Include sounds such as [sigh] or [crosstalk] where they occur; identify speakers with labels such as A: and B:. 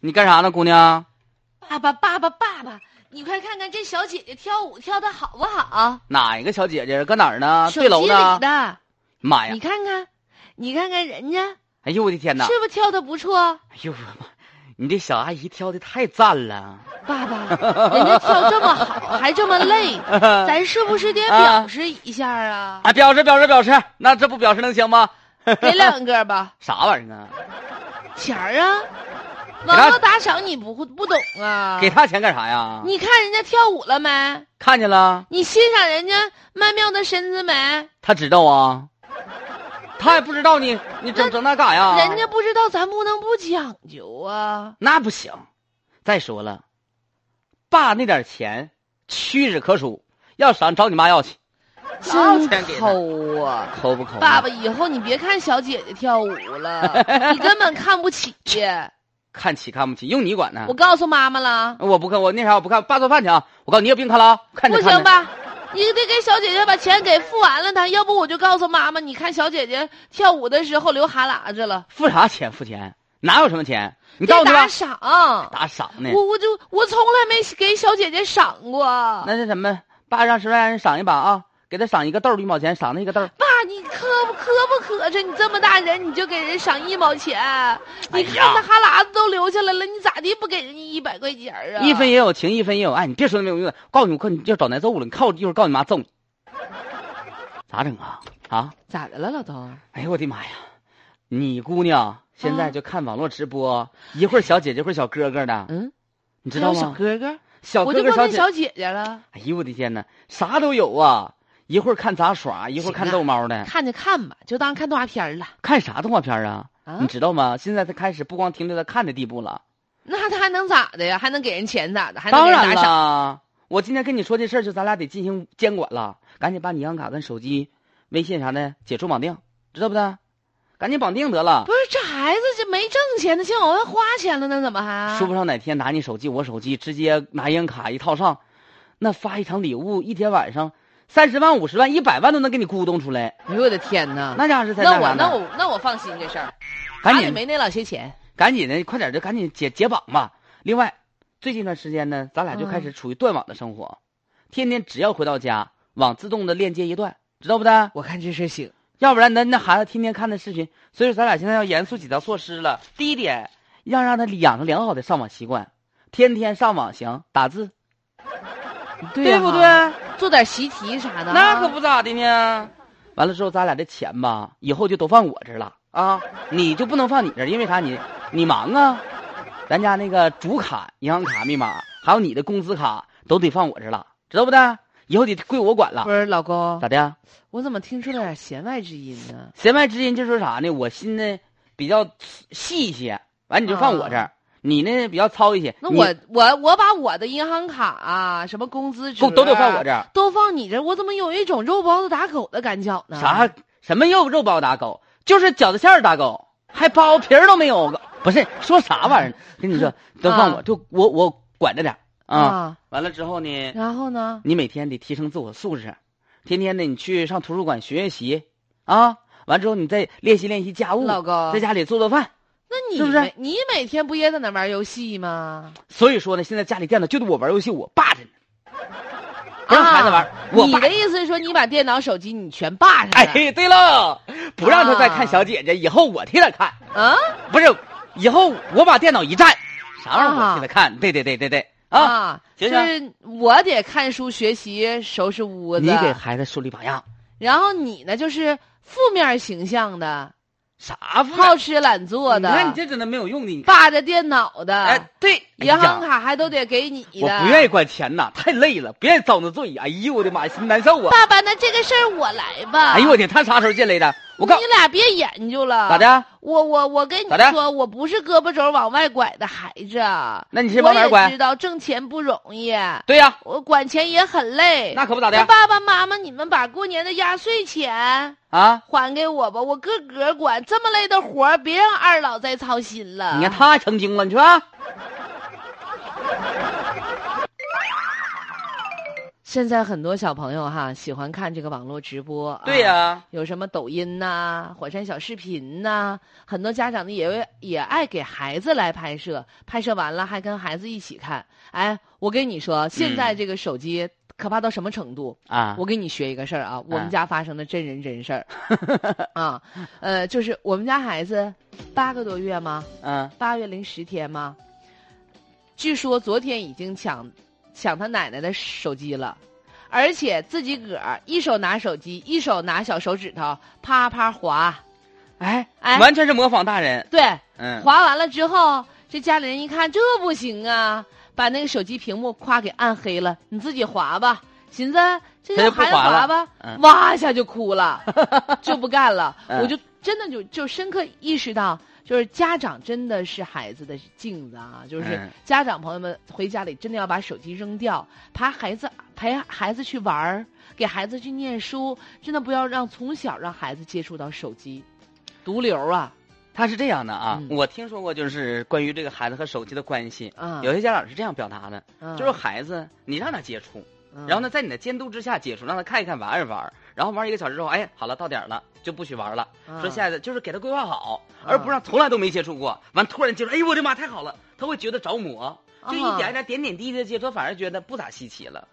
A: 你干啥呢，姑娘？
B: 爸爸，爸爸，爸爸，你快看看这小姐姐跳舞跳的好不好？
A: 哪一个小姐姐？搁哪儿呢？
B: 手
A: 啊对
B: 机
A: 楼
B: 里
A: 呢？哎
B: 的，
A: 妈呀
B: 你！看看，你看看人家
A: 哎呦我的天哪！
B: 是不是跳的不错？
A: 哎呦我的妈！你这小阿姨跳的太赞了。
B: 爸爸，人家跳这么好，还这么
A: [laughs]
B: 累，咱是不是得表示一下啊？
A: 啊，表示表示表示，那这不表示能行吗？
B: 给两个吧，
A: [laughs] 啥玩意儿啊？
B: 钱儿啊！网络打赏你不会不懂啊？
A: 给他钱干啥呀？
B: 你看人家跳舞了没？
A: 看见了，
B: 你欣赏人家曼妙的身姿没？
A: 他知道啊。他也不知道你，你整
B: 那
A: 整那干啥呀？
B: 人家不知道，咱不能不讲究啊！
A: 那不行。再说了，爸那点钱屈指可数，要赏找你妈要去，拿
B: 真
A: 钱给他
B: 抠啊！
A: 抠不抠？
B: 爸爸，，以后你别看小姐姐跳舞
A: [laughs]
B: 了，你根本看不起。
A: 看起看不起，用你管呢
B: 我？告诉妈妈了，
A: 我不看，我那啥，我不看。爸做饭去啊！我告诉你，你有病看了啊，看着
B: 不
A: 看着
B: 行？吧？你得给小姐姐把钱给付完了她，要不我就告诉妈妈，你看小姐姐跳舞的时候流哈喇子了，
A: 付啥钱？付钱？哪有什么钱？你
B: 你
A: 告诉他
B: 打，赏。
A: 打赏呢？
B: 我我就我从来没给小姐姐赏过，
A: 那那什么，爸让十万让人赏一把啊，给他赏一个豆儿一毛钱，赏他一个豆儿。
B: 爸，你磕不磕不磕碜？你这么大人，你就给人赏一毛钱？你
A: 哎
B: 看
A: 呀
B: 她哈喇子都流下来了，你咋地不给人家一百块钱儿啊？
A: 一分也有情，一分也有爱。你别说那没有用的，告诉你，我告诉你要找难揍了，你看我一会儿告诉你妈揍你，咋整啊？啊！
B: 咋的了，老头？
A: 哎呦我的妈呀！你姑娘现
B: 嗯
A: 在就看网络直播，一会儿小姐姐，一会儿小哥哥的，
B: 嗯，
A: 你知道
B: 还有小
A: 吗？
B: 哥哥，
A: 小
B: 我
A: 哥
B: 就
A: 哥
B: 不
A: 小
B: 问
A: 姐，
B: 小姐姐了，
A: 哎呦我的天哪，啥都有啊！一会儿看杂耍，一会儿看
B: 行啊
A: 逗猫的，
B: 看就看吧，就当看动画片儿了
A: 看啥动画片啊？
B: 啊
A: 你。知道吗？现在他开始不光停留在看的地步了。
B: 那他还能咋的呀？还能给人钱咋的？还能
A: 当
B: 给人
A: 然
B: 打赏？
A: 啦，我今天跟你说这事儿，就咱俩得进行监管了。赶紧把你银行卡跟手机、微信啥的解除绑定，知道不得？赶紧绑定得了
B: 不，是这孩子这没挣钱呢，净往外花钱了呢，怎么还？
A: 说不上哪天拿你手机、我手机，直接拿银行卡一套上，那发一场礼物，一天晚上三十万、五十万、一百万都能给你咕咚出来，
B: 哎呦我的天哪！
A: 那家伙是才
B: 那
A: 干
B: 我
A: 啥呢
B: 那我那我放心这事儿，
A: 赶
B: 哪里
A: 紧
B: 没那老些钱。
A: 赶紧的，快点的，赶紧解解绑吧。另外，最近一段时间呢，咱俩就开始处于断网的生活，天天只要回到家，网自动的链接一断，知道不得？
B: 我看这事行，
A: 要不然那那孩子天天看的视频，所以说咱俩现在要严肃几条措施了。第一点，要让他养成良好的上网习惯，天天上网行，打字，对不
B: 不
A: 对？
B: 对？做点习题啥的啊。
A: 那可不咋的呢。完了之后，咱俩这钱吧，以后就都放我这儿了啊，你就不能放你这儿，因为啥？你你忙啊，咱家那个主卡、银行卡密码，还有你的工资卡，都得放我这儿了，知道不得？以后得归我管了
B: 不，是老公，
A: 咋的？
B: 啊我怎么听出了点弦外之音呢？
A: 弦外之音就是说啥呢？我心呢比较细一些，完你就放我这儿，你呢比较糙一些，
B: 那
A: 你
B: 我我我把我的银行卡啊，什么工资
A: 都都得放我这儿。
B: 都放你这儿，我怎么有一种肉包子打狗的感觉呢？
A: 啥什么肉肉包打狗，就是饺子馅儿打狗，还包皮儿都没有。不是说啥玩意儿？跟
B: [laughs]
A: 你说，都放我，
B: 啊
A: 就我我管着点儿啊。
B: 啊？
A: 完了之后呢，
B: 然后呢？
A: 你每天得提升自我素质，天天的你去上图书馆学学习啊。完之后你再练习练习家务，
B: 老公
A: 在家里做做饭。
B: 那你
A: 是不是
B: 每你每天不也在那玩游戏吗？
A: 所以说呢，现在家里电脑就得我玩游戏，我霸着呢，不让孩子玩，
B: 啊
A: 我
B: 你
A: 霸
B: 的意啊思是说你把电脑、手机你全霸上了？
A: 哎，对了，不让他再看小姐姐，以后我替他看。
B: 啊
A: 不是，以后我把电脑一占，啥玩意儿
B: 啊
A: 我替他看？对对对对对啊！
B: 就
A: 行
B: 是我得看书学习，收拾屋子。
A: 你给孩子树立榜样，
B: 然后你呢，就是负面形象的，
A: 啥副
B: 好吃懒做
A: 你看你
B: 的，
A: 这整的没有用的，你看
B: 霸着电脑的，
A: 哎对，哎
B: 银
A: 呀
B: 行卡还都得给你的。
A: 我不愿意管钱呐，太累了，不愿意遭那罪。哎呦我的妈，心难受啊！
B: 爸爸，那这个事儿我来吧。
A: 哎呦我天，他啥时候进来的？我告
B: 你俩别研究了。
A: 咋？的？
B: 我我我跟你
A: 咋的
B: 说，我不是胳膊肘往外拐的孩子。
A: 那你是往哪儿拐
B: 我也知道挣钱不容易，
A: 对呀、
B: 我管钱也很累。
A: 那可不咋的
B: 那
A: 呀
B: 爸爸妈妈，你们把过年的压岁钱
A: 啊！
B: 还给我吧，我个个管。这么累的活儿，别让二老再操心了。
A: 你看他还成精了，
B: 啊
A: 你说、啊？
B: 现在很多小朋友哈喜欢看这个网络直播、啊，
A: 对呀、
B: 有什么抖音呐、火山小视频呐、很多家长呢也
A: 嗯
B: 为也爱给孩子来拍摄，拍摄完了还跟孩子一起看。哎，我跟你说，现在这个手机可怕到什么程度？
A: 嗯啊，
B: 我给你学一个事儿啊，我
A: 啊
B: 们家发生的真人真
A: [laughs]
B: 事儿啊，呃，就是我们家孩子八个多月吗？
A: 嗯
B: 八月零十天吗？据说昨天已经抢抢他奶奶的手机了，而且自己个儿一手拿手机，一手拿小手指头啪啪划，哎哎，
A: 完全是模仿大人，
B: 对，
A: 嗯，
B: 划完了之后，这家里人一看这不行啊，把那个手机屏幕夸给暗黑了，你自己划吧。寻思
A: 他
B: 这
A: 就
B: 让
A: 不
B: 孩子
A: 划了
B: 划吧
A: 嗯，
B: 哇一下就
A: [laughs]
B: 哭了，就不干了。
A: 嗯
B: 我就真的就就深刻意识到，就是家长真的是孩子的镜子啊，就是
A: 嗯
B: 家长朋友们回家里真的要把手机扔掉，陪孩子陪孩子去玩儿，给孩子去念书，真的不要让从小让孩子接触到手机，毒瘤啊
A: 他是这样的啊，
B: 嗯
A: 我听说过就是关于这个孩子和手机的关系，
B: 啊！
A: 有些家长是这样表达的，
B: 嗯
A: 就是孩子你让他接触，
B: 嗯
A: 然后呢，在你的监督之下接触，让他看一看玩一玩，然后玩一个小时之后，哎，好了，到点儿了就不许玩了。说
B: 在
A: 下次就是给他规划好，
B: 嗯
A: 而不让从来都没接触过，完突然接触，
B: 嗯啊
A: 哎呦我的妈，太好了，他会觉得着魔，就一点一点点点滴滴的接触，他反而觉得不咋稀奇了。